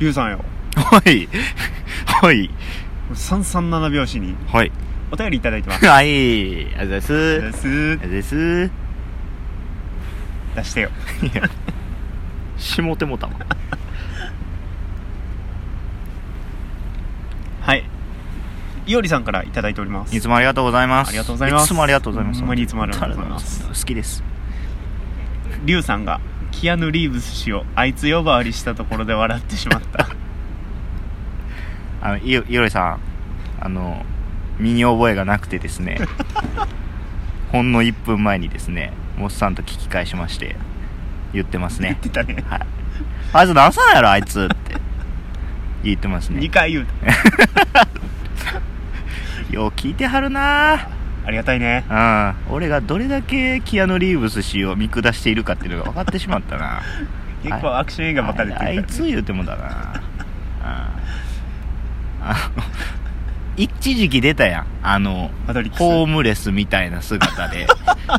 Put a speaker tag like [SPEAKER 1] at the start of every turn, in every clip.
[SPEAKER 1] 龍さんよ
[SPEAKER 2] はい。はい。
[SPEAKER 1] 337拍子に
[SPEAKER 2] はい。
[SPEAKER 1] お便りいただいて ます
[SPEAKER 2] はい。ありがとうございます。
[SPEAKER 1] で
[SPEAKER 2] あ
[SPEAKER 1] す
[SPEAKER 2] りがとうございます。
[SPEAKER 1] 出してよ
[SPEAKER 2] いや、下手もたわ。
[SPEAKER 1] はいいおりさんからいただいております
[SPEAKER 2] いつもありがとうございます。
[SPEAKER 1] ありがとうございます
[SPEAKER 2] いつもありがとうございます。
[SPEAKER 1] ほんまにいつもありがとうございます
[SPEAKER 2] 好きです。
[SPEAKER 1] 龍さんがキアヌ・リーブス氏をあいつ呼ばわりしたところで笑ってしまった
[SPEAKER 2] あの、いよ、いよりさん、あの、身に覚えがなくてです ね、ほんの1分前にですね、モッさんと聞き返しまして、言ってます
[SPEAKER 1] 言
[SPEAKER 2] ね
[SPEAKER 1] っ。てたね
[SPEAKER 2] はい。あいつ何歳やろ、あいつって。言ってますね
[SPEAKER 1] 2。回言うた
[SPEAKER 2] よう聞いてはるな
[SPEAKER 1] ありがたいね
[SPEAKER 2] ああ俺がどれだけキアヌ・リーブス氏を見下しているかっていうのが分かってしまっ たな
[SPEAKER 1] 結構アクション映画ばっかり出て
[SPEAKER 2] あ
[SPEAKER 1] る
[SPEAKER 2] い
[SPEAKER 1] から
[SPEAKER 2] つ
[SPEAKER 1] ね
[SPEAKER 2] 言うてもだなあああの 一時期出たやんあの
[SPEAKER 1] マトリックス
[SPEAKER 2] ホームレスみたいな 姿で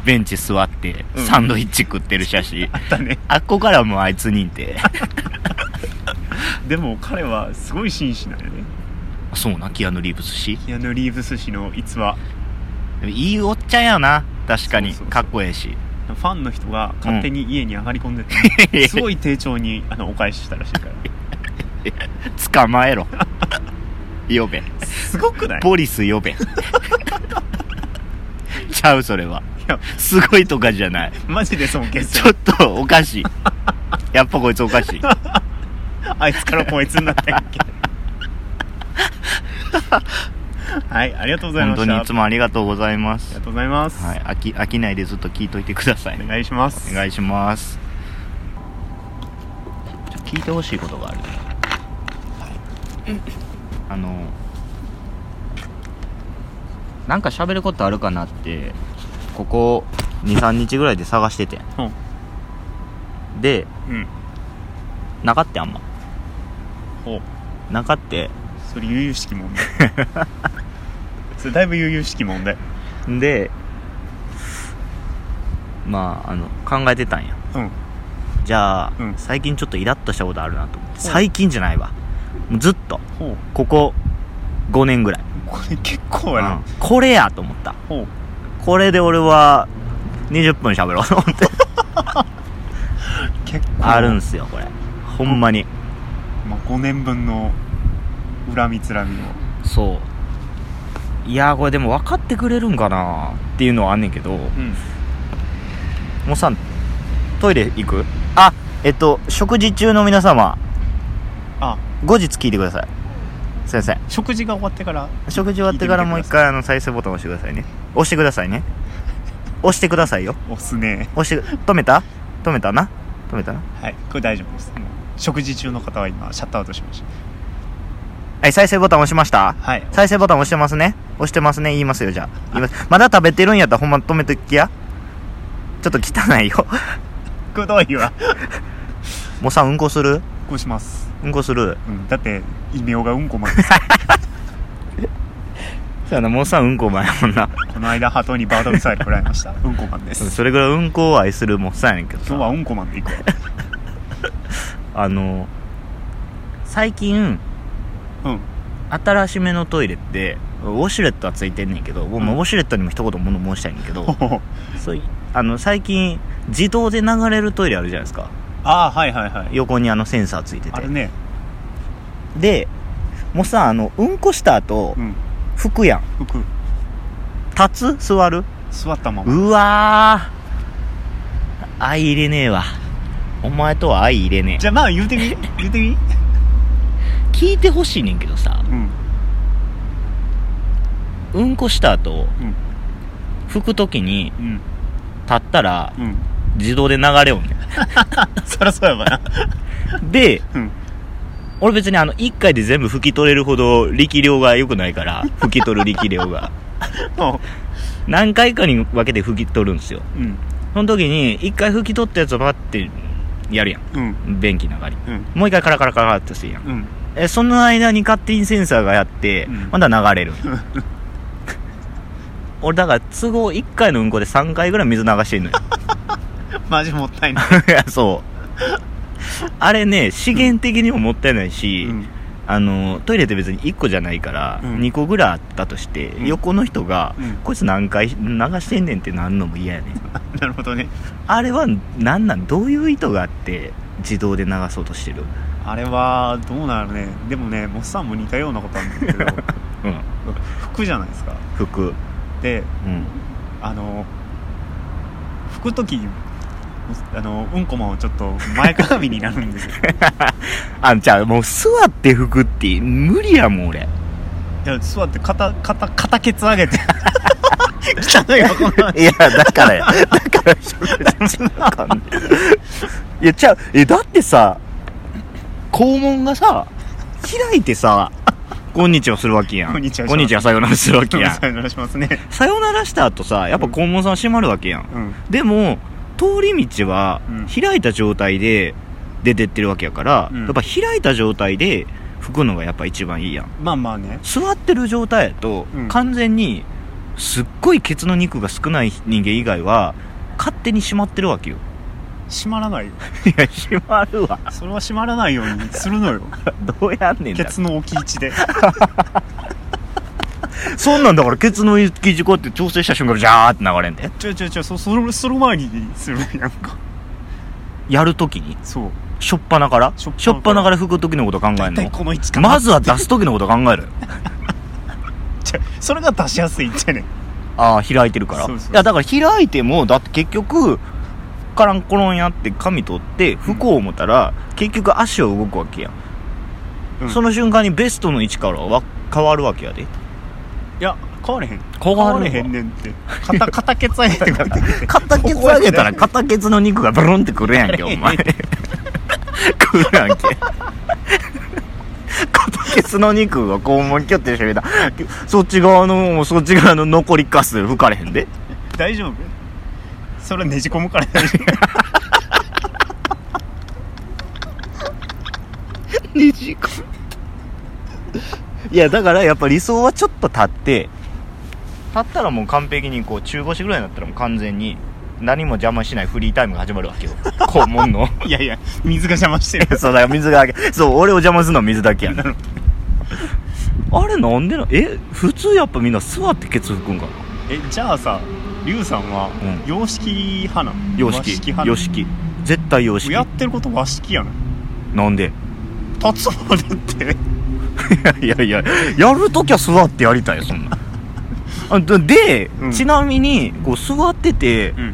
[SPEAKER 2] ベンチ座って
[SPEAKER 1] うん
[SPEAKER 2] サンドイッチ食ってる写真、
[SPEAKER 1] あったね
[SPEAKER 2] あっこからもうあいつ認定
[SPEAKER 1] でも彼はすごい紳士なんよね
[SPEAKER 2] そうなキアヌ・リーブス氏
[SPEAKER 1] キアヌ・リーブス氏の逸話
[SPEAKER 2] でもいいおっちゃんやな確かに
[SPEAKER 1] そうそうそう
[SPEAKER 2] かっこええし
[SPEAKER 1] ファンの人が勝手に家に上がり込んでて、すごい丁重にあのお返ししたらしい から
[SPEAKER 2] 捕 まえろ呼べ
[SPEAKER 1] すごくない
[SPEAKER 2] ポリス呼べちゃうそれはい
[SPEAKER 1] や
[SPEAKER 2] すごいとかじゃない
[SPEAKER 1] マジで尊敬す
[SPEAKER 2] ちょ
[SPEAKER 1] る
[SPEAKER 2] っとおか しいやっぱこいつおかしい
[SPEAKER 1] あいつからこいつになったんやけはいありがとうござい
[SPEAKER 2] 本
[SPEAKER 1] ました
[SPEAKER 2] 当にいつもありがとうございま
[SPEAKER 1] あり
[SPEAKER 2] す
[SPEAKER 1] がとうございます、
[SPEAKER 2] はい飽き飽きないでずっと聞いといてください
[SPEAKER 1] お願いします
[SPEAKER 2] お願いしますちょっと聞いてほしいことがあるあのなんか喋ることあるかなってここ23日ぐらいで探しててん
[SPEAKER 1] うん
[SPEAKER 2] で
[SPEAKER 1] うん
[SPEAKER 2] なかってあんま
[SPEAKER 1] ほう
[SPEAKER 2] なかって
[SPEAKER 1] それ悠々しき問題それだいぶ悠々しき問題
[SPEAKER 2] でまああの考えてたんや
[SPEAKER 1] うん
[SPEAKER 2] じゃあ、
[SPEAKER 1] うん
[SPEAKER 2] 最近ちょっとイラッとしたことあるなと思って
[SPEAKER 1] ん
[SPEAKER 2] 最近じゃないわもうずっと
[SPEAKER 1] ほう
[SPEAKER 2] ここ5年ぐらい、
[SPEAKER 1] これ結構やな、
[SPEAKER 2] うんこれやと思った
[SPEAKER 1] ほう
[SPEAKER 2] これで俺は20分喋ろうと思って
[SPEAKER 1] 結構
[SPEAKER 2] あるんすよこれほんまに、
[SPEAKER 1] まあ、5年分の恨みつらみを
[SPEAKER 2] そういやーこれでも分かってくれるんかなっていうのはあんねんけど
[SPEAKER 1] うん
[SPEAKER 2] もうさんトイレ行くあえっと食事中の皆様
[SPEAKER 1] あ
[SPEAKER 2] 後日聞いてくださいすいません
[SPEAKER 1] 食事が終わってから
[SPEAKER 2] 食事終わってからもう一回あの再生ボタン押してくださいね押してくださいね押してくださいよ
[SPEAKER 1] 押すね
[SPEAKER 2] 押して止めた止めたな止めたな
[SPEAKER 1] はいこれ大丈夫ですもう食事中の方は今シャットアウトしました
[SPEAKER 2] はい再生ボタン押しました
[SPEAKER 1] はい
[SPEAKER 2] 再生ボタン押してますね押してますね言いますよじゃあ言いますまだ食べてるんやったらほんま止めときやちょっと汚いよ
[SPEAKER 1] くどいわ
[SPEAKER 2] もうさうんこする
[SPEAKER 1] こうします、
[SPEAKER 2] うんこする
[SPEAKER 1] うん、だって異名がうんこマン です
[SPEAKER 2] そうやなもうさんうんこ前もんな
[SPEAKER 1] この間鳩にバードミサイル食らいま したうんこマンです
[SPEAKER 2] それぐらいうんこを愛するもっさんやねんけど
[SPEAKER 1] 今日は
[SPEAKER 2] さ
[SPEAKER 1] うんこマンでいくわ
[SPEAKER 2] あの最近
[SPEAKER 1] うん
[SPEAKER 2] 新しめのトイレってウォシュレットはついてんねんけど、もう
[SPEAKER 1] うん
[SPEAKER 2] ウォシュレットにも一言物申したいねんけど
[SPEAKER 1] ほほほ
[SPEAKER 2] そういあの最近自動で流れるトイレあるじゃないですか
[SPEAKER 1] ああはいはいはい
[SPEAKER 2] 横にあのセンサーついて
[SPEAKER 1] あ
[SPEAKER 2] て、
[SPEAKER 1] れね
[SPEAKER 2] でもうさあのうんこした後
[SPEAKER 1] うん
[SPEAKER 2] 拭くやん
[SPEAKER 1] 服
[SPEAKER 2] 立つ座る
[SPEAKER 1] 座ったまま
[SPEAKER 2] うわー相入れねえわお前とは相入れねえ
[SPEAKER 1] じゃあまあ言うてみ言うてみ
[SPEAKER 2] 聞いてほしいねんけどさ
[SPEAKER 1] うん
[SPEAKER 2] うんこした後、
[SPEAKER 1] うん
[SPEAKER 2] 拭く時に
[SPEAKER 1] うん
[SPEAKER 2] 立ったら
[SPEAKER 1] うん
[SPEAKER 2] 自動で流れよんね
[SPEAKER 1] そりゃそうやばな
[SPEAKER 2] んで
[SPEAKER 1] うん
[SPEAKER 2] 俺別にあの1回で全部拭き取れるほど力量が良くないから拭き取る力量 が
[SPEAKER 1] も
[SPEAKER 2] 何回かに分けて拭き取るんですよ
[SPEAKER 1] ううん
[SPEAKER 2] その時に1回拭き取ったやつをバッてやるや
[SPEAKER 1] うん
[SPEAKER 2] ん便器の中に
[SPEAKER 1] うん
[SPEAKER 2] もう1回カラカラカラってするやん
[SPEAKER 1] うん
[SPEAKER 2] えその間に勝手にセンサーがやって、
[SPEAKER 1] うん
[SPEAKER 2] まだ 流れる俺だから都合1回のうんこで3回ぐらい水流してんのよ
[SPEAKER 1] マジもったいない
[SPEAKER 2] いやそあれね資源的にももったいないし、
[SPEAKER 1] うん
[SPEAKER 2] あのトイレって別に1個じゃないから、
[SPEAKER 1] うん
[SPEAKER 2] 2個ぐらいあったとして、
[SPEAKER 1] うん
[SPEAKER 2] 横の人が、
[SPEAKER 1] うん
[SPEAKER 2] こいつ何回流してんねんってなんのも嫌やねん
[SPEAKER 1] なるほどね
[SPEAKER 2] あれは何なんどういう意図があって自動で流そうとしてる
[SPEAKER 1] あれはどうなるねでもねモッサンも似たようなことあるんだけど
[SPEAKER 2] うん
[SPEAKER 1] 服じゃないですか
[SPEAKER 2] 服
[SPEAKER 1] で
[SPEAKER 2] うん
[SPEAKER 1] あの拭く時にあのうんこマンをちょっと前かがみになるん ですよ
[SPEAKER 2] あじゃあもう座って拭くって無理やもん 俺
[SPEAKER 1] いや座って肩肩肩ケツ上げて 汚いわこんなん
[SPEAKER 2] いやだから やだからちょっとわかんないいやちゃうえだってさ肛門がさ開いてさこんにちはするわけやん
[SPEAKER 1] こんにちは
[SPEAKER 2] こんにちはさよならするわけやん
[SPEAKER 1] さよならしますね
[SPEAKER 2] さよならした後さやっぱ肛門さん閉まるわけやん
[SPEAKER 1] うん
[SPEAKER 2] でも通り道は
[SPEAKER 1] うん
[SPEAKER 2] 開いた状態で出てってるわけやから、
[SPEAKER 1] うん
[SPEAKER 2] やっぱ開いた状態で拭くのがやっぱ一番いいやん
[SPEAKER 1] まあまあね
[SPEAKER 2] 座ってる状態やと、
[SPEAKER 1] うん
[SPEAKER 2] 完全にすっごいケツの肉が少ない人間以外は勝手に閉まってるわけよ
[SPEAKER 1] 閉まらないよ
[SPEAKER 2] いや閉まるわ
[SPEAKER 1] それは閉まらないようにする のよ
[SPEAKER 2] どうやんねん
[SPEAKER 1] ケ
[SPEAKER 2] だ
[SPEAKER 1] ツの置き位置で
[SPEAKER 2] そんなんだからケツの生き事故って調整した瞬間ジャーって流れんで
[SPEAKER 1] ちょちょちょそそのその前にするやんか
[SPEAKER 2] やるときに
[SPEAKER 1] そう
[SPEAKER 2] しょっぱなから
[SPEAKER 1] し
[SPEAKER 2] し
[SPEAKER 1] ょっぱなから
[SPEAKER 2] ょっぱなから拭く時のこと考え
[SPEAKER 1] 大
[SPEAKER 2] ん
[SPEAKER 1] 体
[SPEAKER 2] の
[SPEAKER 1] この位置かな
[SPEAKER 2] まずは出す時のこと考えるよ
[SPEAKER 1] ちょそれが出しやすいんじゃね
[SPEAKER 2] ああ開いてるから
[SPEAKER 1] そうそう
[SPEAKER 2] いやだから開いてもだって結局カランコロンやって髪取って不幸を思ったら、結局足を動くわけやん、
[SPEAKER 1] うん
[SPEAKER 2] その瞬間にベストの位置からは変わるわけやで
[SPEAKER 1] いや変われへん
[SPEAKER 2] 変わるわ
[SPEAKER 1] れへんねんって肩肩ケツ上げてくれ て
[SPEAKER 2] 片ケツ上げたら片ケツの肉がブルンってくる やんけお前くるやんけ片ケツの肉が肛門キュッてしてみたそっち側のそっち側の残りカス吹かれへんで
[SPEAKER 1] 大丈夫それねじ込む から大丈
[SPEAKER 2] 2時間いやだからやっぱ理想はちょっと立って立ったらもう完璧にこう中腰ぐらいになったらもう完全に何も邪魔しないフリータイムが始まるわけ よ肛門の
[SPEAKER 1] 夫いやいや水が邪魔 してる
[SPEAKER 2] そうだから水がそう俺を邪魔するのは水だけや なあれなんでなえ普通やっぱみんな座ってケツ拭くんかな
[SPEAKER 1] えじゃあさリュウさんは
[SPEAKER 2] うん
[SPEAKER 1] 洋式派なの
[SPEAKER 2] 様
[SPEAKER 1] 和
[SPEAKER 2] 式
[SPEAKER 1] 派なの
[SPEAKER 2] 様式絶対様式
[SPEAKER 1] やってること和式やな
[SPEAKER 2] なんで
[SPEAKER 1] 立つまでって
[SPEAKER 2] いやいややるときは座ってやりたいよそんなあでで、
[SPEAKER 1] うん
[SPEAKER 2] ちなみにこう座ってて、
[SPEAKER 1] うん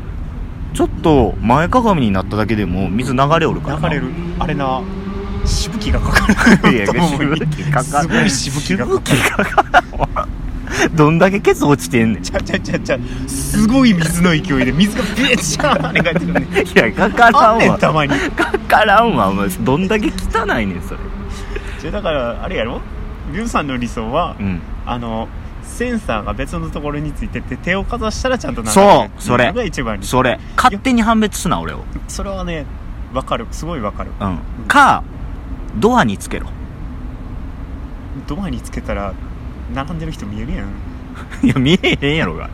[SPEAKER 2] ちょっと前かがみになっただけでも水流れおるからな
[SPEAKER 1] 流れるあれなしぶきがかか
[SPEAKER 2] い
[SPEAKER 1] る
[SPEAKER 2] や
[SPEAKER 1] と思う
[SPEAKER 2] しぶきかか
[SPEAKER 1] すごいしぶきがかかる
[SPEAKER 2] かかるわどんだけケツ落ちてんねんい
[SPEAKER 1] ちゃちゃちゃちゃすごい水の勢いで水がビーッシャーって返ってくるね
[SPEAKER 2] やかから
[SPEAKER 1] あん
[SPEAKER 2] ん
[SPEAKER 1] ね
[SPEAKER 2] わ
[SPEAKER 1] んたまに
[SPEAKER 2] かからんわお前どんだけ汚いねんそれ
[SPEAKER 1] じゃあだからあれやろビューさんの理想は、
[SPEAKER 2] うん
[SPEAKER 1] あのセンサーが別のところについてて手をかざしたらちゃんと流れる
[SPEAKER 2] そうそれ
[SPEAKER 1] のが一番理想
[SPEAKER 2] それ勝手に判別すな俺を
[SPEAKER 1] それはねわかるすごいわかる
[SPEAKER 2] うんかドアにつけろ
[SPEAKER 1] ドアにつけたら並んでる人見えるやん
[SPEAKER 2] いや見えへんやろが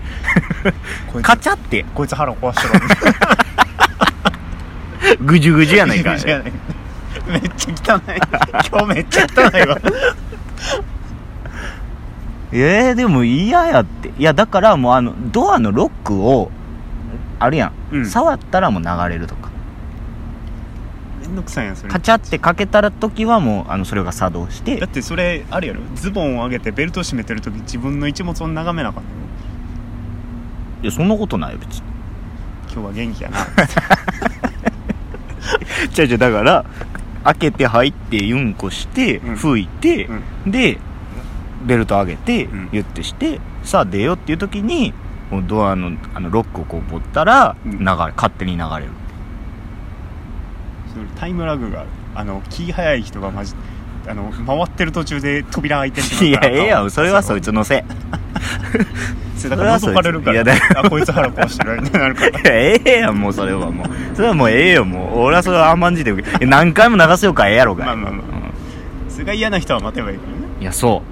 [SPEAKER 1] こい
[SPEAKER 2] カ
[SPEAKER 1] つ
[SPEAKER 2] チャって
[SPEAKER 1] こいつ腹壊してる
[SPEAKER 2] ぐじゅぐじゅやないか
[SPEAKER 1] じゃ ないめっちゃ汚い今日めっちゃ汚 いわ
[SPEAKER 2] えー、でも嫌やっていやだからもうあのドアのロックをあるやん、
[SPEAKER 1] うん
[SPEAKER 2] 触ったらもう流れるとか
[SPEAKER 1] めんどくさいやんそれ
[SPEAKER 2] カチャってかけたら時はもうあのそれが作動し
[SPEAKER 1] だ
[SPEAKER 2] て
[SPEAKER 1] ってそれあるやろズボンを上げてベルトを締めてる時自分の一物を眺めなあかんねん
[SPEAKER 2] いやそんなことないよ別に
[SPEAKER 1] 今日は元気やな
[SPEAKER 2] じゃじゃだから開けて入ってうんこして、
[SPEAKER 1] うん
[SPEAKER 2] 拭いて、でベルト上げて、
[SPEAKER 1] うん
[SPEAKER 2] ゆってしてさあ出ようっていう時にこのドアのあのロックをこう持ったら
[SPEAKER 1] うん
[SPEAKER 2] 流れ勝手に流れる
[SPEAKER 1] タイムラグがあるあの気早い人がまじあの回ってる途中で扉開いて
[SPEAKER 2] いやええやんそれはそ
[SPEAKER 1] い
[SPEAKER 2] いつのせい
[SPEAKER 1] つだから
[SPEAKER 2] それ
[SPEAKER 1] 覗
[SPEAKER 2] は
[SPEAKER 1] か
[SPEAKER 2] そ
[SPEAKER 1] れ
[SPEAKER 2] いつ
[SPEAKER 1] るか
[SPEAKER 2] いや
[SPEAKER 1] ら
[SPEAKER 2] だ
[SPEAKER 1] あこいつ腹壊してるってなるから
[SPEAKER 2] いやええやんもうそれはもうそれはもうええよもう俺はそれは甘んじて受けえ何回も流せようかええやろかい
[SPEAKER 1] まあまあまそれが嫌な人は待てばいいからね
[SPEAKER 2] うんいやそ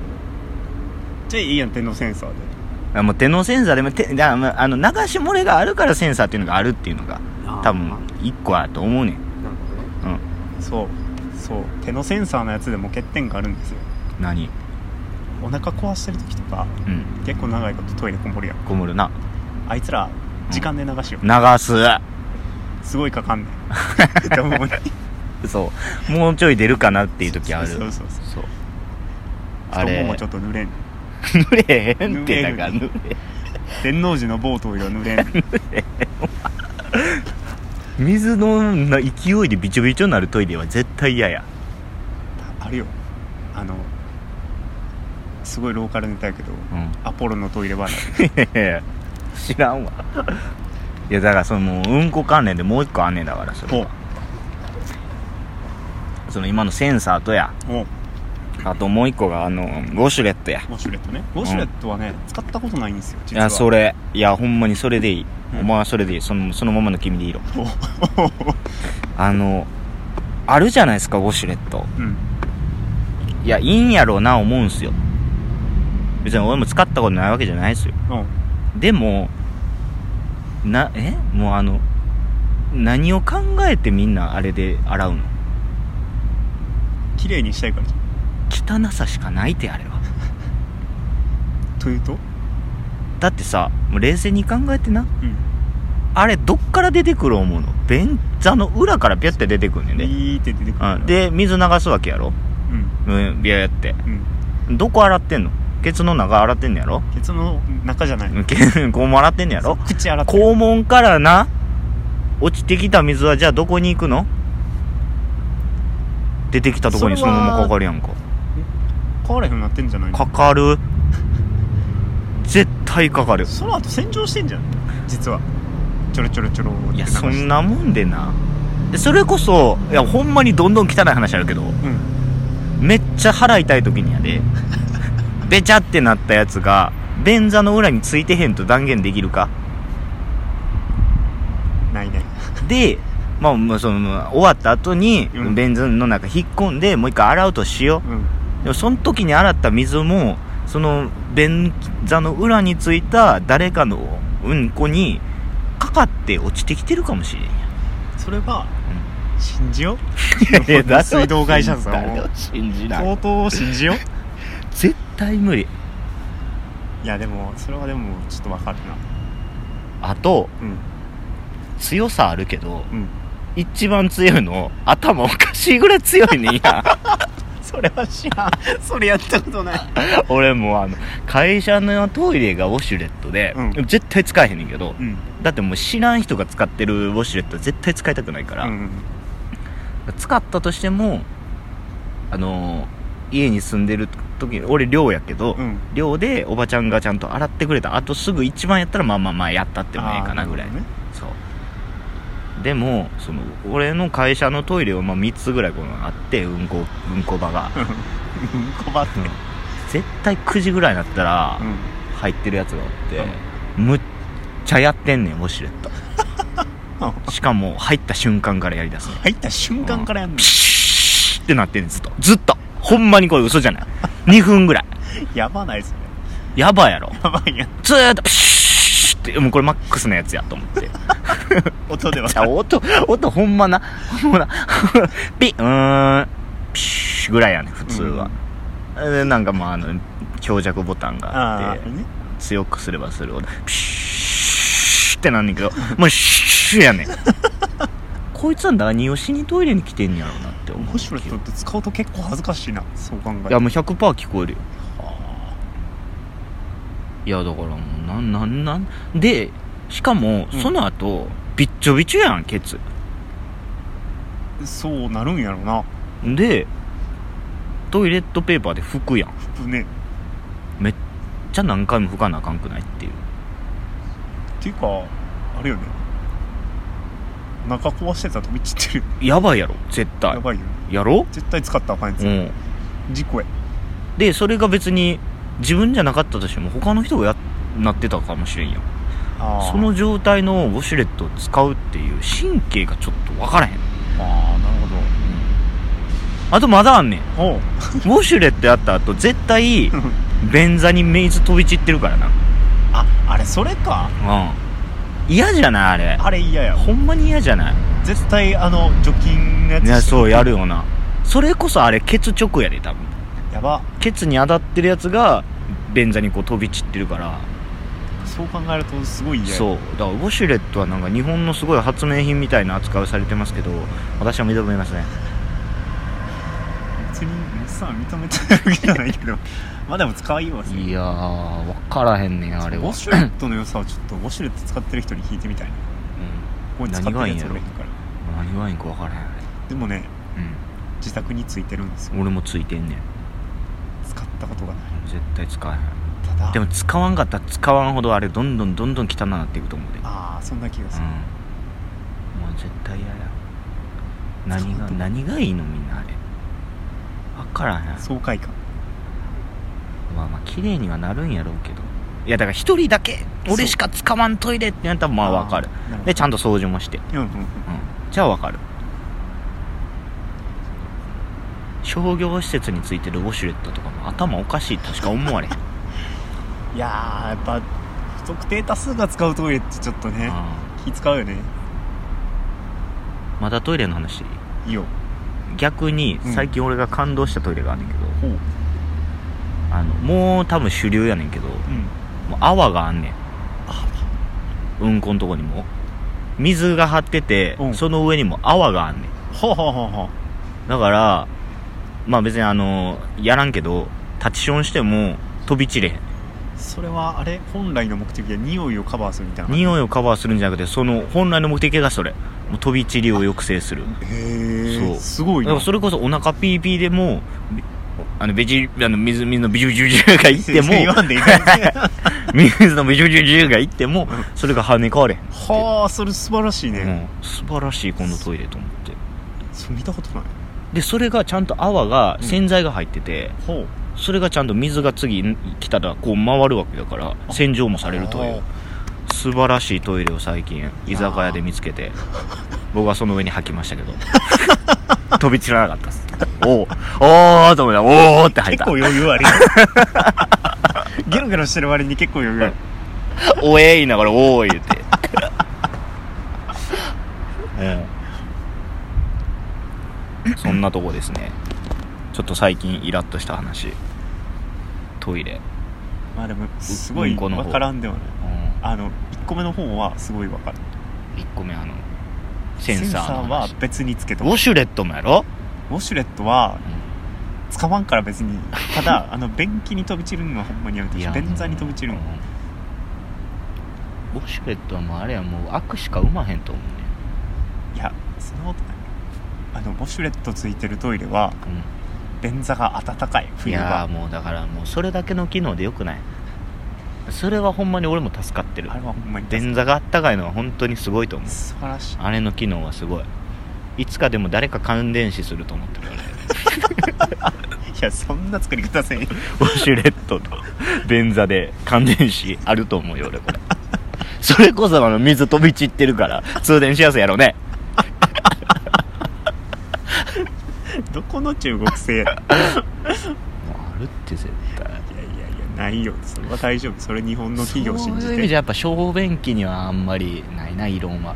[SPEAKER 1] じゃあいいやん天のセンサーで
[SPEAKER 2] うもう手のセンサーでも手だまああの流し漏れがあるからセンサーっていうのがあるっていうのが多分一個やと思うねん、うん、
[SPEAKER 1] そうそう手のセンサーのやつでも欠点があるんですよ
[SPEAKER 2] 何
[SPEAKER 1] お腹壊してる時とか
[SPEAKER 2] うん
[SPEAKER 1] 結構長いことトイレこもるやん
[SPEAKER 2] こもるな
[SPEAKER 1] あいつら時間で流しよ
[SPEAKER 2] 流す
[SPEAKER 1] すごいかかんねん と思う
[SPEAKER 2] そうもうちょい出るかなっていう時ある
[SPEAKER 1] そうそうそう
[SPEAKER 2] そうあ
[SPEAKER 1] 太も
[SPEAKER 2] れ
[SPEAKER 1] もちょっと濡れんねん
[SPEAKER 2] 濡れへんってだから
[SPEAKER 1] 濡れ
[SPEAKER 2] 濡
[SPEAKER 1] る天王寺のボートよりは濡れんねん
[SPEAKER 2] れ水の勢いでびちょびちょになるトイレは絶対嫌や
[SPEAKER 1] あるよあのすごいローカルネタやけど
[SPEAKER 2] うん
[SPEAKER 1] アポロのトイレはある
[SPEAKER 2] 知らんわいやだからそのもううんこ関連でもう一個あんねんだからそ れ
[SPEAKER 1] お
[SPEAKER 2] はその今のセンサーとや
[SPEAKER 1] お
[SPEAKER 2] あともう一個があのウォシュレットや
[SPEAKER 1] ウォシュレットねウォシュレットはね、使ったことないんですよ
[SPEAKER 2] い
[SPEAKER 1] 実は
[SPEAKER 2] やそれいやほんまにそれでいい、
[SPEAKER 1] うん
[SPEAKER 2] お前はそれでいいそのそのままの君でいいろ
[SPEAKER 1] お
[SPEAKER 2] あのあるじゃないですかウォシュレット
[SPEAKER 1] うん
[SPEAKER 2] いやいいんやろうな思うんすよ別に俺も使ったことないわけじゃないですよ
[SPEAKER 1] お
[SPEAKER 2] でもなえもうあの何を考えてみんなあれで洗うの
[SPEAKER 1] 綺麗にしたいからじゃ
[SPEAKER 2] 汚さしかないってあれは
[SPEAKER 1] んというと
[SPEAKER 2] だってさもう冷静に考えてな
[SPEAKER 1] うん
[SPEAKER 2] あれどっから出てくる思うの便座の裏からピュッて出てくんねんで、
[SPEAKER 1] いいって出てくる
[SPEAKER 2] うん、で水流すわけやろ
[SPEAKER 1] うん
[SPEAKER 2] うんビャーって
[SPEAKER 1] うん
[SPEAKER 2] どこ洗ってんのケツの中洗ってんのやろ
[SPEAKER 1] ケツの中じゃない
[SPEAKER 2] うんケ肛門洗ってんのやろ
[SPEAKER 1] 口洗ってる
[SPEAKER 2] 肛門からな落ちてきた水はじゃあどこに行くの出てきたとこにそのままかかるやんか
[SPEAKER 1] 変わらへんようになってんじゃないの
[SPEAKER 2] かかる絶対かかる
[SPEAKER 1] その後洗浄してんじゃん実はちょろちょろちょろって
[SPEAKER 2] い
[SPEAKER 1] 流
[SPEAKER 2] や
[SPEAKER 1] して
[SPEAKER 2] そんなもんでなでそれこそいやほんまにどんどん汚い話あるけど
[SPEAKER 1] うん
[SPEAKER 2] めっちゃ払いたい時にやでべちゃってなったやつが便座の裏についてへんと断言できるか
[SPEAKER 1] ないね
[SPEAKER 2] で、まあ、まあそのまあ終わった後に
[SPEAKER 1] うん
[SPEAKER 2] 便座の中引っ込んでもう一回洗うとしよ
[SPEAKER 1] うん
[SPEAKER 2] うでもその時に洗った水もその便座の裏についた誰かのうんこにかかって落ちてきてるかもしれんや
[SPEAKER 1] それは信じよ
[SPEAKER 2] いや誰を
[SPEAKER 1] 水道会社さ ん
[SPEAKER 2] 誰
[SPEAKER 1] を
[SPEAKER 2] を信じない
[SPEAKER 1] 相当信じよ
[SPEAKER 2] 絶対無理
[SPEAKER 1] いやでもそれはでもちょっとわかるな
[SPEAKER 2] あと
[SPEAKER 1] うん
[SPEAKER 2] 強さあるけど
[SPEAKER 1] うん
[SPEAKER 2] 一番強いの頭おかしいぐらい強いねんや
[SPEAKER 1] それは知らん それやったことない
[SPEAKER 2] 俺もうあの会社のトイレがウォシュレットで、
[SPEAKER 1] う
[SPEAKER 2] 絶対使えへんねんけど
[SPEAKER 1] うん
[SPEAKER 2] だってもう知らん人が使ってるウォシュレットは絶対使いたくないから、
[SPEAKER 1] うん
[SPEAKER 2] 使ったとしてもあのー家に住んでる時俺寮やけど、
[SPEAKER 1] うん
[SPEAKER 2] 寮でおばちゃんがちゃんと洗ってくれたあとすぐ一番やったらまあまあまあやったってもええかなぐらい
[SPEAKER 1] あーるほどね
[SPEAKER 2] そうでもその俺の会社のトイレはまあ3つぐらいこのあってうんこうんこ場
[SPEAKER 1] う
[SPEAKER 2] が、
[SPEAKER 1] んこばって
[SPEAKER 2] うん絶対9時ぐらいになったら
[SPEAKER 1] うん
[SPEAKER 2] 入ってるやつがおって、むっちゃやってんねんウォシュレッ トしかも入った瞬間からやりだすね
[SPEAKER 1] 入った瞬間からやんの
[SPEAKER 2] ピシーってなってんねんずっとずっとほんまにこれ嘘じゃない2分ぐらい
[SPEAKER 1] やばないっすね
[SPEAKER 2] やばいやろ
[SPEAKER 1] やばいやん
[SPEAKER 2] ずーっとピシーってもうこれマックスのやつやと思って
[SPEAKER 1] 音では
[SPEAKER 2] じゃあ音、音ほんまな、ほんまな、 ピッ、うーん、ピシュぐらいやね、普通は。で、なんかまあ、あの、強弱ボタンがあ
[SPEAKER 1] あ
[SPEAKER 2] って
[SPEAKER 1] あ、ね
[SPEAKER 2] 強くすればするほど、ピシュってなんね んけど、もうシュやねん。こいつは何をしにトイレに来てんやろうなって思う。
[SPEAKER 1] ウォシュレットって使うと結構恥ずかしいなそう考え
[SPEAKER 2] いや、もう100%聞こえるよ。いや、だからもう、なん、なん、なん。で、しかも、
[SPEAKER 1] うん
[SPEAKER 2] その後、びっちょびちょやん、ケツ。
[SPEAKER 1] そうなるんやろな
[SPEAKER 2] でトイレットペーパーで拭くやん
[SPEAKER 1] 服ね
[SPEAKER 2] じゃあ何回も拭かなあかんくないっていう
[SPEAKER 1] っていうかあれよねお腹壊してたら飛び散ってるよ
[SPEAKER 2] やばいやろ絶対
[SPEAKER 1] やばいよね
[SPEAKER 2] やろ
[SPEAKER 1] 絶対使ったらあかんや
[SPEAKER 2] う
[SPEAKER 1] つ
[SPEAKER 2] ん
[SPEAKER 1] 事故や
[SPEAKER 2] でそれが別に自分じゃなかったとしても他の人がやなってたかもしれんやん
[SPEAKER 1] あー
[SPEAKER 2] その状態のウォシュレットを使うっていう神経がちょっと分からへん、
[SPEAKER 1] ああなる
[SPEAKER 2] あとまだ あんねんウ
[SPEAKER 1] ほどおう
[SPEAKER 2] ォシュレットやった後絶対便座に水飛び散ってるからな
[SPEAKER 1] ああれそれか
[SPEAKER 2] うん嫌じゃないあれ
[SPEAKER 1] あれ嫌や
[SPEAKER 2] ほんまに嫌じゃない
[SPEAKER 1] 絶対あの除菌のやつ
[SPEAKER 2] いやそうやる
[SPEAKER 1] よ
[SPEAKER 2] よなそれこそあれケツ直やで多分
[SPEAKER 1] やば
[SPEAKER 2] ケツに当たってるやつが便座にこう飛び散ってるから
[SPEAKER 1] そう考えるとすごい嫌や
[SPEAKER 2] そうだからウォシュレットはなんか日本のすごい発明品みたいな扱いをされてますけど私は認めますね
[SPEAKER 1] 別にモッサン認めてるわけじゃないけど まあでも使いようす
[SPEAKER 2] いやー分からへんねんあれ
[SPEAKER 1] ウ
[SPEAKER 2] は、
[SPEAKER 1] ォシュレットの良さをちょっとウォシュレット使ってる人に聞いてみたいなこ
[SPEAKER 2] うん
[SPEAKER 1] れ使ってるやつ俺いるから
[SPEAKER 2] 何がいいんか分からへんあ
[SPEAKER 1] でもね
[SPEAKER 2] れ
[SPEAKER 1] 自宅についてるんですよ
[SPEAKER 2] うん俺もついてんねん
[SPEAKER 1] 使ったことがない
[SPEAKER 2] 絶対使えへん
[SPEAKER 1] ただ
[SPEAKER 2] でも使わんかったら使わんほどあれどんどんどんどん汚なっていくと思うで
[SPEAKER 1] ああそんな気がする、
[SPEAKER 2] うん、もう絶対嫌や何
[SPEAKER 1] そうだ
[SPEAKER 2] が
[SPEAKER 1] と思う
[SPEAKER 2] 何がいいのみんなあれ分からへん
[SPEAKER 1] 爽快感
[SPEAKER 2] まあまあ綺麗にはなるんやろうけどいやだから一人だけ俺しか使わんトイレってなったらまあ分かる
[SPEAKER 1] なほど
[SPEAKER 2] でちゃんと掃除もして、
[SPEAKER 1] うんうんうん
[SPEAKER 2] うん、じゃあ分かる商業施設についてるウォシュレットとかも頭おかしいとしか思わ れへん
[SPEAKER 1] いやーやっぱ不特定多数が使うトイレってちょっとね
[SPEAKER 2] う
[SPEAKER 1] 気
[SPEAKER 2] ん
[SPEAKER 1] 使うよね
[SPEAKER 2] まだトイレの話
[SPEAKER 1] いいよ
[SPEAKER 2] 逆に
[SPEAKER 1] うん
[SPEAKER 2] 最近俺が感動したトイレがあんねんけど、
[SPEAKER 1] ほううん
[SPEAKER 2] あのもう多分主流やねんけどもう泡があんねん
[SPEAKER 1] あ
[SPEAKER 2] うんこんとこにも水が張ってて、
[SPEAKER 1] うん
[SPEAKER 2] その上にも泡があんねん
[SPEAKER 1] ほうほうほうほう
[SPEAKER 2] だからまあ別にあのやらんけどタチションしても飛び散れへん
[SPEAKER 1] それはあれ本来の目的は匂いをカバーするみたいな
[SPEAKER 2] 匂いをカバーするんじゃなくてその本来の目的がそれもう飛び散りを抑制する
[SPEAKER 1] へ
[SPEAKER 2] そ
[SPEAKER 1] え
[SPEAKER 2] う
[SPEAKER 1] すご
[SPEAKER 2] だ
[SPEAKER 1] い
[SPEAKER 2] から
[SPEAKER 1] な
[SPEAKER 2] それこそお腹ピーピーでもびあのベジあの水水のビジュビジュビジュがいっても
[SPEAKER 1] 言わん でいいからね
[SPEAKER 2] 水のビジュビジュビジュがいっても
[SPEAKER 1] うん
[SPEAKER 2] それが跳ね返れへん
[SPEAKER 1] はあそれ素晴らしいね、
[SPEAKER 2] うん、素晴らしいこのトイレと思って
[SPEAKER 1] それ見たことない
[SPEAKER 2] でそれがちゃんと泡が
[SPEAKER 1] うん
[SPEAKER 2] 洗剤が入ってて、
[SPEAKER 1] ほう
[SPEAKER 2] それがちゃんと水が次来たらこう回るわけだから
[SPEAKER 1] あ
[SPEAKER 2] 洗浄もされるとい
[SPEAKER 1] あ
[SPEAKER 2] う素晴らしいトイレを最近居酒屋で見つ けて僕はその上に吐きましたけど 飛び散らなかったですおおおおと思ったおおって吐
[SPEAKER 1] 結
[SPEAKER 2] いた
[SPEAKER 1] 構余 裕あるよゲロゲロしてる割に結構余裕ある
[SPEAKER 2] おえ言いながらおお言う てうんそんなとこですねちょっと最近イラッとした話トイレ
[SPEAKER 1] まあでもすごい
[SPEAKER 2] うんこの方
[SPEAKER 1] 分からんではない
[SPEAKER 2] うん
[SPEAKER 1] あの1個目の方はすごい分かる
[SPEAKER 2] 1個目あのセンサーの
[SPEAKER 1] は
[SPEAKER 2] 話
[SPEAKER 1] 別につけと
[SPEAKER 2] ウ
[SPEAKER 1] く
[SPEAKER 2] ォシュレットもやろ、
[SPEAKER 1] ウォシュレットは
[SPEAKER 2] う
[SPEAKER 1] 使わんから別にた だあの便器に飛び散るのはほんまにやめてほしい便座に飛び散るの
[SPEAKER 2] ウォシュレットはもうあれはもう悪しか生まへんと思う
[SPEAKER 1] いやそんなことないあのウォシュレットついてるトイレは
[SPEAKER 2] ね、
[SPEAKER 1] 便座が暖かい
[SPEAKER 2] い
[SPEAKER 1] 冬
[SPEAKER 2] や
[SPEAKER 1] は
[SPEAKER 2] ーもうだからもうそれだけの機能でよくないそれはほんまに俺も助かってる
[SPEAKER 1] あれはほんまに
[SPEAKER 2] 便座があったかいのは本当にすごいと思う
[SPEAKER 1] 素晴らしい
[SPEAKER 2] あれの機能はすごいいつかでも誰か感電死すると思ってる俺
[SPEAKER 1] いやそんな作り方せんよ
[SPEAKER 2] ウォシュレットと便座で感電死あると思うよ俺これそれこそあの水飛び散ってるから通電しやすいやろうね
[SPEAKER 1] どこの中国 製やいや
[SPEAKER 2] あるって絶対
[SPEAKER 1] いやいやないよそれは大丈夫それ日本の企業信じ
[SPEAKER 2] そういう意味じゃ
[SPEAKER 1] て
[SPEAKER 2] やっぱ小便器にはあんまりないな異論は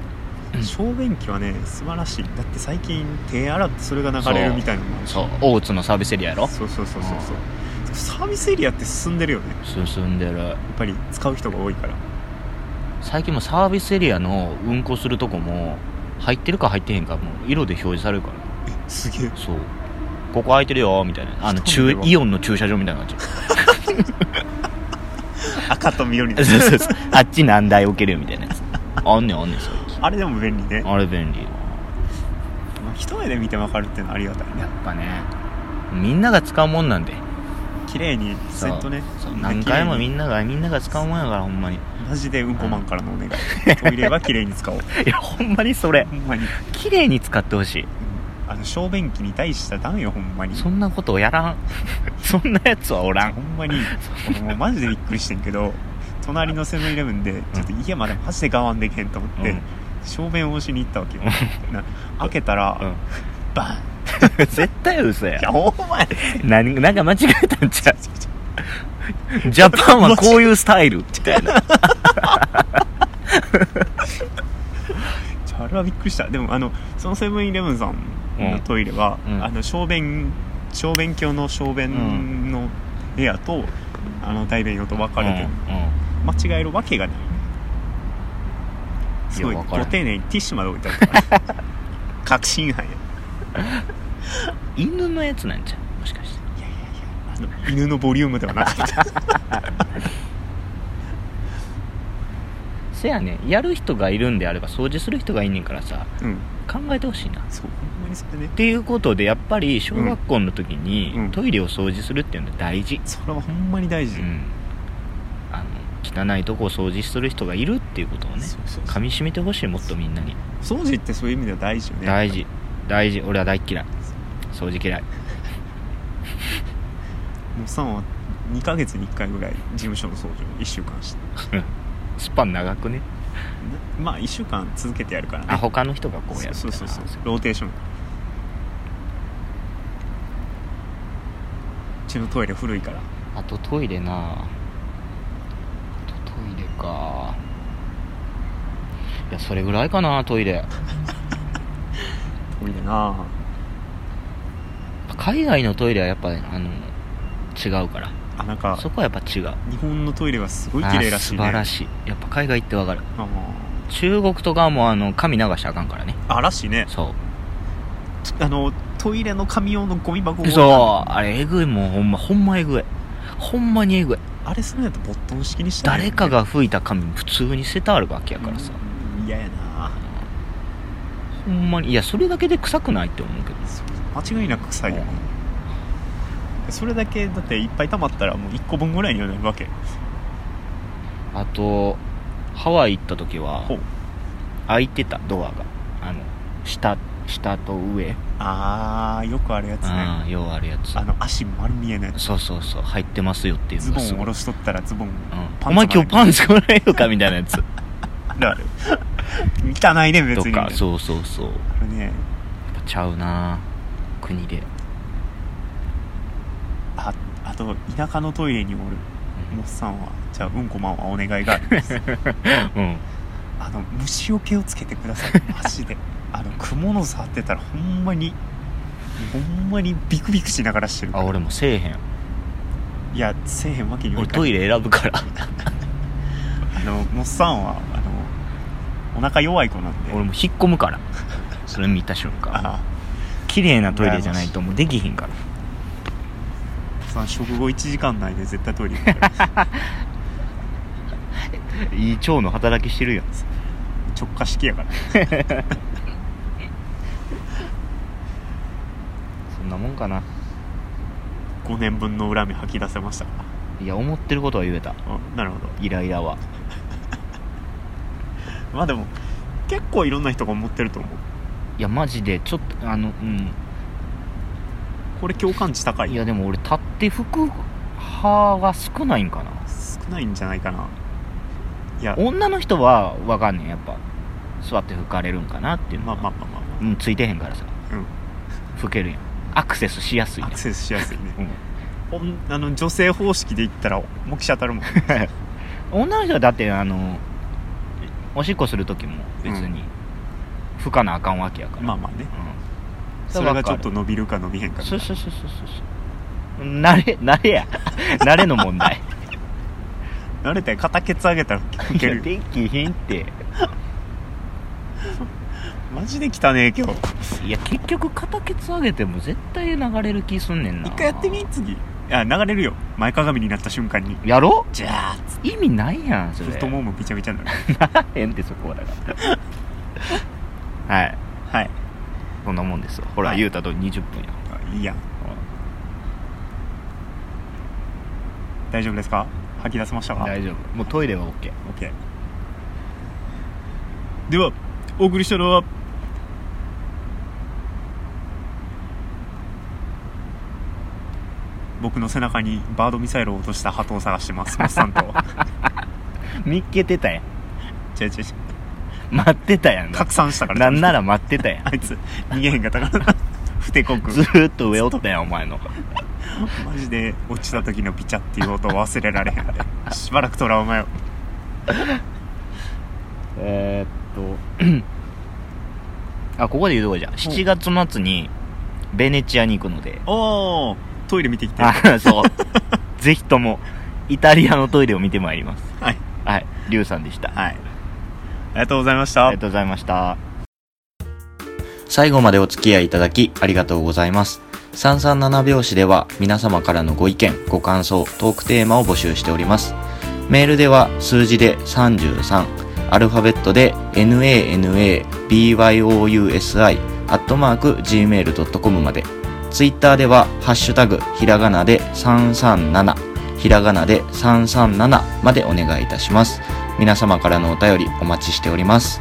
[SPEAKER 1] 小便器はね素晴らしいだって最近手洗ってそれが流れるみたいなのもあるし
[SPEAKER 2] そう大津のサービスエリアやろ
[SPEAKER 1] そうそうそうそうそうサービスエリアって進んでるよね
[SPEAKER 2] 進んでる
[SPEAKER 1] やっぱり使う人が多いから
[SPEAKER 2] 最近もサービスエリアの運行するとこも入ってるか入ってへんかもう色で表示されるから
[SPEAKER 1] すげえ
[SPEAKER 2] そうここ空いてるよみたいなあの
[SPEAKER 1] 一人
[SPEAKER 2] 中
[SPEAKER 1] では
[SPEAKER 2] イオンの駐車場みたいな感じ
[SPEAKER 1] 赤と緑
[SPEAKER 2] そう
[SPEAKER 1] で
[SPEAKER 2] そう そうあっち何台置けるよみたいなやつあんねんあんねん最近
[SPEAKER 1] あれでも便利ね
[SPEAKER 2] あれ便利
[SPEAKER 1] まあ一目で見てわかるっていうのはありがたいね
[SPEAKER 2] やっぱねみんなが使うもんなんで
[SPEAKER 1] 綺麗にせんとね
[SPEAKER 2] そう何回もみ
[SPEAKER 1] な綺
[SPEAKER 2] んながみんなが使うもんやからほんまにい
[SPEAKER 1] 麗にマジでうんこマンからのお願い トイレは綺麗に使おう
[SPEAKER 2] やほんまにそれ
[SPEAKER 1] ほんまにうん
[SPEAKER 2] 綺麗に使ってほしい
[SPEAKER 1] あの小便器に対してはダメよほんまに
[SPEAKER 2] そんなことをやらん そんなやつはおら ん
[SPEAKER 1] ほんまに俺もうマジでびっくりしてんけど隣のセブンイレブンでちょっと家までマジで我慢できへんと思って、
[SPEAKER 2] うん
[SPEAKER 1] 正面を押しに行ったわけよな開けたら、
[SPEAKER 2] うん
[SPEAKER 1] バン
[SPEAKER 2] 絶対嘘や
[SPEAKER 1] いやお前
[SPEAKER 2] 何なんか間違えたんちゃうジャパンはこういうスタイルみたいな
[SPEAKER 1] ちょあれはびっくりしたでもあのそのセブンイレブンさんのトイレは、
[SPEAKER 2] うん
[SPEAKER 1] あの小便小便鏡の小便の部屋と、あの大便用と分かれてる、
[SPEAKER 2] うんうん
[SPEAKER 1] 間違えるわけがないすごい
[SPEAKER 2] いや
[SPEAKER 1] ご
[SPEAKER 2] 分からん
[SPEAKER 1] 丁寧にティッシュまで置いてあったから 確信犯や
[SPEAKER 2] 犬のやつなんじゃんもしかして
[SPEAKER 1] いやいやいやあの犬のボリュームではなかった
[SPEAKER 2] せやねやる人がいるんであれば掃除する人がいんねんからさ
[SPEAKER 1] うん
[SPEAKER 2] 考えてほしいなっ
[SPEAKER 1] そうほんまにそれね
[SPEAKER 2] ていうことでやっぱり小学校の時に、
[SPEAKER 1] うん
[SPEAKER 2] トイレを掃除するっていうのは大事、
[SPEAKER 1] それはほんまに大
[SPEAKER 2] う
[SPEAKER 1] 事、
[SPEAKER 2] ん、あの汚いとこを掃除する人がいるっていうことをね
[SPEAKER 1] そうそう
[SPEAKER 2] 噛みしめてほしいもっとみんなに
[SPEAKER 1] 掃除ってそういう意味では大事よね
[SPEAKER 2] 大事大事俺は大っ嫌い掃除嫌い
[SPEAKER 1] もうさんは2ヶ月に1回ぐらい事務所の掃除を1週間して
[SPEAKER 2] スパン長くね
[SPEAKER 1] なまあ1週間続けてやるからね
[SPEAKER 2] あ他の人がこうやる
[SPEAKER 1] そうそうそう
[SPEAKER 2] みたいな
[SPEAKER 1] ローテーションうちのトイレ古いから
[SPEAKER 2] あとトイレなあとトイレかいやそれぐらいかなトイレ
[SPEAKER 1] トイレな
[SPEAKER 2] 海外のトイレはやっぱあの違うから
[SPEAKER 1] あなんか
[SPEAKER 2] そこはやっぱ違う
[SPEAKER 1] 日本のトイレはすごい
[SPEAKER 2] あ
[SPEAKER 1] 綺麗らしい
[SPEAKER 2] 素
[SPEAKER 1] ね
[SPEAKER 2] 晴ら
[SPEAKER 1] い
[SPEAKER 2] しいやっぱ海外行ってわかる
[SPEAKER 1] あ
[SPEAKER 2] 中国とかはもうあの紙流しちゃあかんからね
[SPEAKER 1] ーあらしいね
[SPEAKER 2] そう
[SPEAKER 1] ちあのトイレの紙用のゴミ箱
[SPEAKER 2] そうあれえぐいもうほんまほんまえぐいほんまにえぐい
[SPEAKER 1] あれするんやったらボットン式にしたらいい
[SPEAKER 2] 誰
[SPEAKER 1] よね
[SPEAKER 2] かが吹いた紙普通に捨ててあるわけやからさ
[SPEAKER 1] うん嫌やな
[SPEAKER 2] ほんまにいやそれだけで臭くないって思うけど
[SPEAKER 1] 間違いなく臭いよ
[SPEAKER 2] うん
[SPEAKER 1] それだけだっていっぱい溜まったらもう1個分ぐらいにはなるわけ
[SPEAKER 2] あとハワイ行った時は
[SPEAKER 1] ほう
[SPEAKER 2] 開いてたドアがあの下下と上、
[SPEAKER 1] あーよくあるやつねあ
[SPEAKER 2] ああようあるやつ
[SPEAKER 1] の足丸見えのやつ
[SPEAKER 2] そうそうそう入ってますよっていう
[SPEAKER 1] ズ
[SPEAKER 2] の
[SPEAKER 1] ボ
[SPEAKER 2] が
[SPEAKER 1] ン
[SPEAKER 2] すご
[SPEAKER 1] 下
[SPEAKER 2] い
[SPEAKER 1] ろしとったらズボン
[SPEAKER 2] うん、
[SPEAKER 1] パ
[SPEAKER 2] お
[SPEAKER 1] ンツ
[SPEAKER 2] 前今日パンツ来ないのかみたいなやつ
[SPEAKER 1] あるある汚いね 別
[SPEAKER 2] と
[SPEAKER 1] に
[SPEAKER 2] かそうそうそうや
[SPEAKER 1] あれね
[SPEAKER 2] っぱちゃうな国で、
[SPEAKER 1] ああと田舎のトイレにおる
[SPEAKER 2] うん
[SPEAKER 1] のっさんはじゃあうんこまんはお願いがあるんです
[SPEAKER 2] うん
[SPEAKER 1] あの虫よけをつけてくださいマジであの蜘蛛の触ってたらほんまにほんまにビクビクしながらしてるか
[SPEAKER 2] あ
[SPEAKER 1] ら
[SPEAKER 2] 俺もせえへん
[SPEAKER 1] いやせえへんわけにはい
[SPEAKER 2] 俺
[SPEAKER 1] かな
[SPEAKER 2] ト
[SPEAKER 1] い
[SPEAKER 2] イレ選ぶから
[SPEAKER 1] あのモッサンはあのお腹弱い子なんで
[SPEAKER 2] 俺も引っ込むからそれ見た瞬間
[SPEAKER 1] あ
[SPEAKER 2] 綺麗なトイレじゃないともうできひんから
[SPEAKER 1] さん食後1時間内で絶対トイレ行く から
[SPEAKER 2] いい腸の働きしてるやん
[SPEAKER 1] 直下式やから
[SPEAKER 2] そんなもんかな
[SPEAKER 1] 5年分の恨み吐き出せましたか
[SPEAKER 2] いや思ってることは言えた
[SPEAKER 1] らうんなるほど
[SPEAKER 2] イライラは
[SPEAKER 1] まあでも結構いろんな人が思ってると思う
[SPEAKER 2] いやマジでちょっとあのうん
[SPEAKER 1] これ共感値高い
[SPEAKER 2] いやでも俺立って拭く派が少ないんかな
[SPEAKER 1] 少ないんじゃないかないや
[SPEAKER 2] 女の人は分かんねんやっぱ座って拭かれるんかなっていうの
[SPEAKER 1] まあ
[SPEAKER 2] は
[SPEAKER 1] まあまあまあ、ま
[SPEAKER 2] うん、ついてへんからさ
[SPEAKER 1] あうん
[SPEAKER 2] 拭けるやんアクセスしやすいや
[SPEAKER 1] ア
[SPEAKER 2] ん
[SPEAKER 1] クセスしやすいね
[SPEAKER 2] うん
[SPEAKER 1] おんあの女性方式で言ったらもう記者当たるも ん
[SPEAKER 2] 女の人はだってあのおしっこする時も別に拭かなあかんわけやから、
[SPEAKER 1] まあまあね
[SPEAKER 2] うん
[SPEAKER 1] それがちょっ
[SPEAKER 2] わか
[SPEAKER 1] と
[SPEAKER 2] る
[SPEAKER 1] 伸びるか伸びへんかみた
[SPEAKER 2] そ
[SPEAKER 1] いうな
[SPEAKER 2] そうそうそうそうそう慣れ慣 れや慣れの問題
[SPEAKER 1] 慣れたら片ケツ上げたらいける
[SPEAKER 2] いやできひんって
[SPEAKER 1] マジで汚ねえ今日
[SPEAKER 2] いや結局片ケツ上げても絶対流れる気すんねんな
[SPEAKER 1] 一回やってみ次あ流れるよ前かがみになった瞬間に
[SPEAKER 2] やろ
[SPEAKER 1] じゃあつっ
[SPEAKER 2] 意味ないやんそ
[SPEAKER 1] て
[SPEAKER 2] れ
[SPEAKER 1] 太 ももびちゃびちゃになる
[SPEAKER 2] 変ってそこはだか らはい
[SPEAKER 1] はい
[SPEAKER 2] そんなもんですよほら、
[SPEAKER 1] はい
[SPEAKER 2] 言うたとり20分や
[SPEAKER 1] あいいやん大丈夫ですか吐き出せましたか
[SPEAKER 2] 大丈夫もうトイレは OK
[SPEAKER 1] オッケーではお送りしたのは僕の背中にバードミサイルを落とした鳩を探してますマス さんと
[SPEAKER 2] 見っけてたやん
[SPEAKER 1] 違う違う違う
[SPEAKER 2] 待ってたやん
[SPEAKER 1] 拡散したから
[SPEAKER 2] なんなら待って たやん
[SPEAKER 1] あいつ逃げへんかったからなふてこく
[SPEAKER 2] ずーっと上おったやんお前の
[SPEAKER 1] マジで落ちた時のピチャっていう音を忘れられへんでしばらくトラウマよ
[SPEAKER 2] えーっとあ あここで言うとこじゃん7月末にベネチアに行くので
[SPEAKER 1] おおトイレ見てきて
[SPEAKER 2] あそう ぜひともイタリアのトイレを見てまいります
[SPEAKER 1] はい
[SPEAKER 2] はいリュウさんでした
[SPEAKER 1] はいありがとうございました
[SPEAKER 2] ありがとうございました最後までお付き合いいただきありがとうございます337拍子では皆様からのご意見ご感想トークテーマを募集しておりますメールでは数字で33アルファベットで nanabyousi アットマーク gmail.com までツイッターではハッシュタグひらがなで337ひらがなで337までお願いいたします皆様からのお便りお待ちしております